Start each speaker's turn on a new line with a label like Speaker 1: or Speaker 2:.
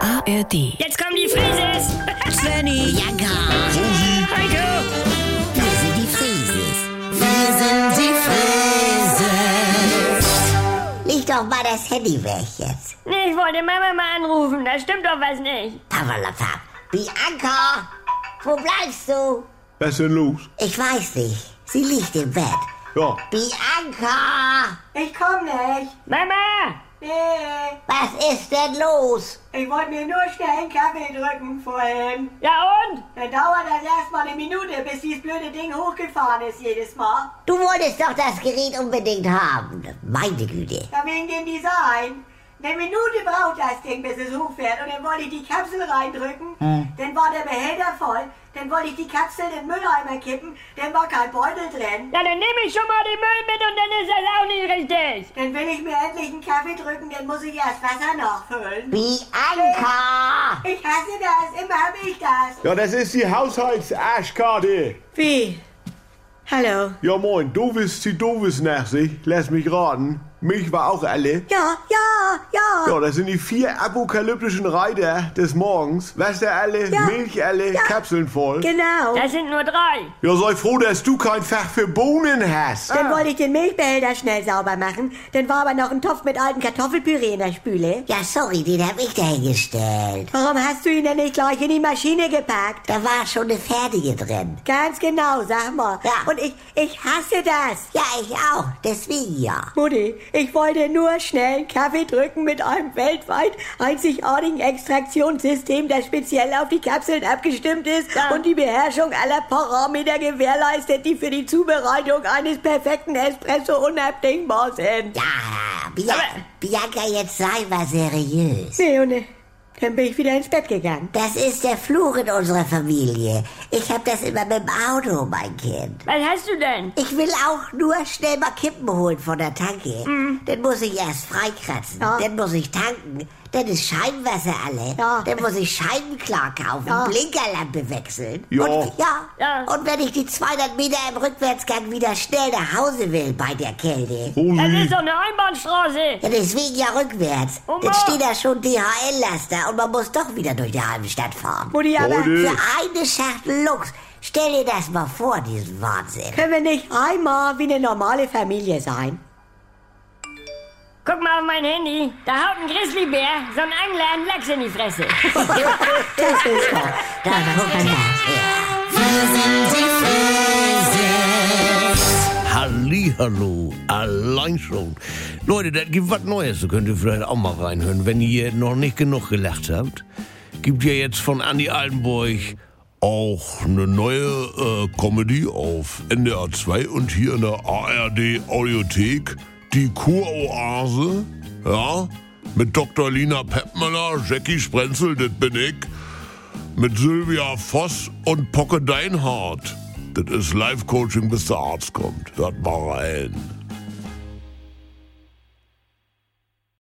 Speaker 1: ARD.
Speaker 2: Jetzt kommen die Frises!
Speaker 3: Svenny.
Speaker 4: Ja, gar.
Speaker 2: Heiko!
Speaker 4: Wir sind die Frieses. Wir sind die Frieses. Leg doch mal das Handy weg jetzt.
Speaker 2: Nee, ich wollte Mama mal anrufen, da stimmt doch was nicht.
Speaker 4: Pavalapap. Bianca, wo bleibst du?
Speaker 5: Was ist denn los?
Speaker 4: Ich weiß nicht. Sie liegt im Bett.
Speaker 5: Ja,
Speaker 4: Bianca,
Speaker 6: Ich komm nicht.
Speaker 2: Mama!
Speaker 6: Nee,
Speaker 4: was ist denn los?
Speaker 6: ich wollte mir nur schnell einen Kaffee drücken vorhin.
Speaker 2: Ja und?
Speaker 6: Dann dauert das erstmal eine Minute, bis dieses blöde Ding hochgefahren ist jedes Mal.
Speaker 4: Du wolltest doch das Gerät unbedingt haben. Meine Güte.
Speaker 6: Ja, wegen dem Design. Eine Minute braucht das Ding, bis es hochfährt. Und dann wollte ich die Kapsel reindrücken. Dann war der Behälter voll. Dann wollte ich die Kapsel in den Mülleimer kippen. Dann war kein Beutel drin.
Speaker 2: Na, dann nehme ich schon mal den Müll mit und dann ist das auch nicht richtig.
Speaker 6: Dann will ich mir endlich einen Kaffee drücken, dann muss ich erst Wasser nachfüllen.
Speaker 4: Bianca!
Speaker 6: Ich hasse das, immer hab ich das.
Speaker 5: ja, das ist die Haushaltsarschkarte.
Speaker 3: Wie? Hallo.
Speaker 5: Ja, moin, doofes zieht doofes nach sich. Lass mich raten. Mich war auch alle.
Speaker 3: Ja, ja, ja.
Speaker 5: Ja, das sind die vier apokalyptischen Reiter des Morgens. Wasser alle,
Speaker 3: Ja.
Speaker 5: Milch alle,
Speaker 3: Ja.
Speaker 5: Kapseln voll.
Speaker 3: Genau.
Speaker 2: Das sind nur drei.
Speaker 5: Ja, sei froh, dass du kein Fach für Bohnen hast.
Speaker 3: Dann wollte ich den Milchbehälter schnell sauber machen. Dann war aber noch ein Topf mit altem Kartoffelpüree in der Spüle.
Speaker 4: Ja, sorry, den hab ich dahingestellt.
Speaker 3: Warum hast du ihn denn nicht gleich in die Maschine gepackt?
Speaker 4: Da war schon eine fertige drin.
Speaker 3: Ganz genau, sag mal.
Speaker 4: Ja.
Speaker 3: Und ich, ich hasse das.
Speaker 4: Ja, ich auch. Deswegen ja.
Speaker 3: Mutti, ich wollte nur schnell einen Kaffee drücken mit einem weltweit einzigartigen Extraktionssystem, das speziell auf die Kapseln abgestimmt ist und die Beherrschung aller Parameter gewährleistet, die für die Zubereitung eines perfekten Espresso unabdingbar sind.
Speaker 4: Ja, Bia Bianca, jetzt sei mal seriös.
Speaker 3: Nee, und äh, dann bin ich wieder ins Bett gegangen.
Speaker 4: Das ist der Fluch in unserer Familie. Ich hab das immer mit dem Auto, mein Kind.
Speaker 2: Was hast du denn?
Speaker 4: Ich will auch nur schnell mal Kippen holen von der Tanke. Dann muss ich erst freikratzen.
Speaker 3: Mhm. Ja.
Speaker 4: Dann muss ich tanken. Dann ist Scheibenwasser alle.
Speaker 3: Ja.
Speaker 4: Dann muss ich Scheiben klar kaufen.
Speaker 3: Ja.
Speaker 4: Blinkerlampe wechseln.
Speaker 5: Ja.
Speaker 4: Und, ja.
Speaker 2: Ja.
Speaker 4: Und wenn ich die 200 Meter im Rückwärtsgang wieder schnell nach Hause will bei der Kälte,
Speaker 2: Das
Speaker 5: Rosi,
Speaker 2: ist doch eine Einbahnstraße.
Speaker 4: Ja, deswegen ja rückwärts.
Speaker 3: Oh
Speaker 2: Oma.
Speaker 4: Dann steht da schon DHL-Laster und man muss doch wieder durch die halbe Stadt fahren.
Speaker 3: Mutti, aber
Speaker 5: Leute.
Speaker 4: Für eine Schachtel Lux. Stell dir das mal vor, diesen Wahnsinn.
Speaker 3: können wir nicht einmal wie eine normale Familie sein?
Speaker 2: Guck mal auf mein Handy. Da haut ein Grizzlybär so einen Angler einen Lachs in die Fresse.
Speaker 3: Das ist doch.
Speaker 4: Da guck mal nach.
Speaker 7: Hallihallo, allein schon. Leute, das gibt was Neues, da könnt ihr vielleicht auch mal reinhören, wenn ihr noch nicht genug gelacht habt. Gibt ja jetzt von Andy Altenburg auch eine neue äh, Comedy auf NDR 2 und hier in der ARD Audiothek, die Kuroase, ja, mit Dr. Lina Peppmüller, Jackie Sprenzel, das bin ich mit Sylvia Voss und Pocke Deinhardt. Das ist Live-Coaching, bis der Arzt kommt. Hört mal rein.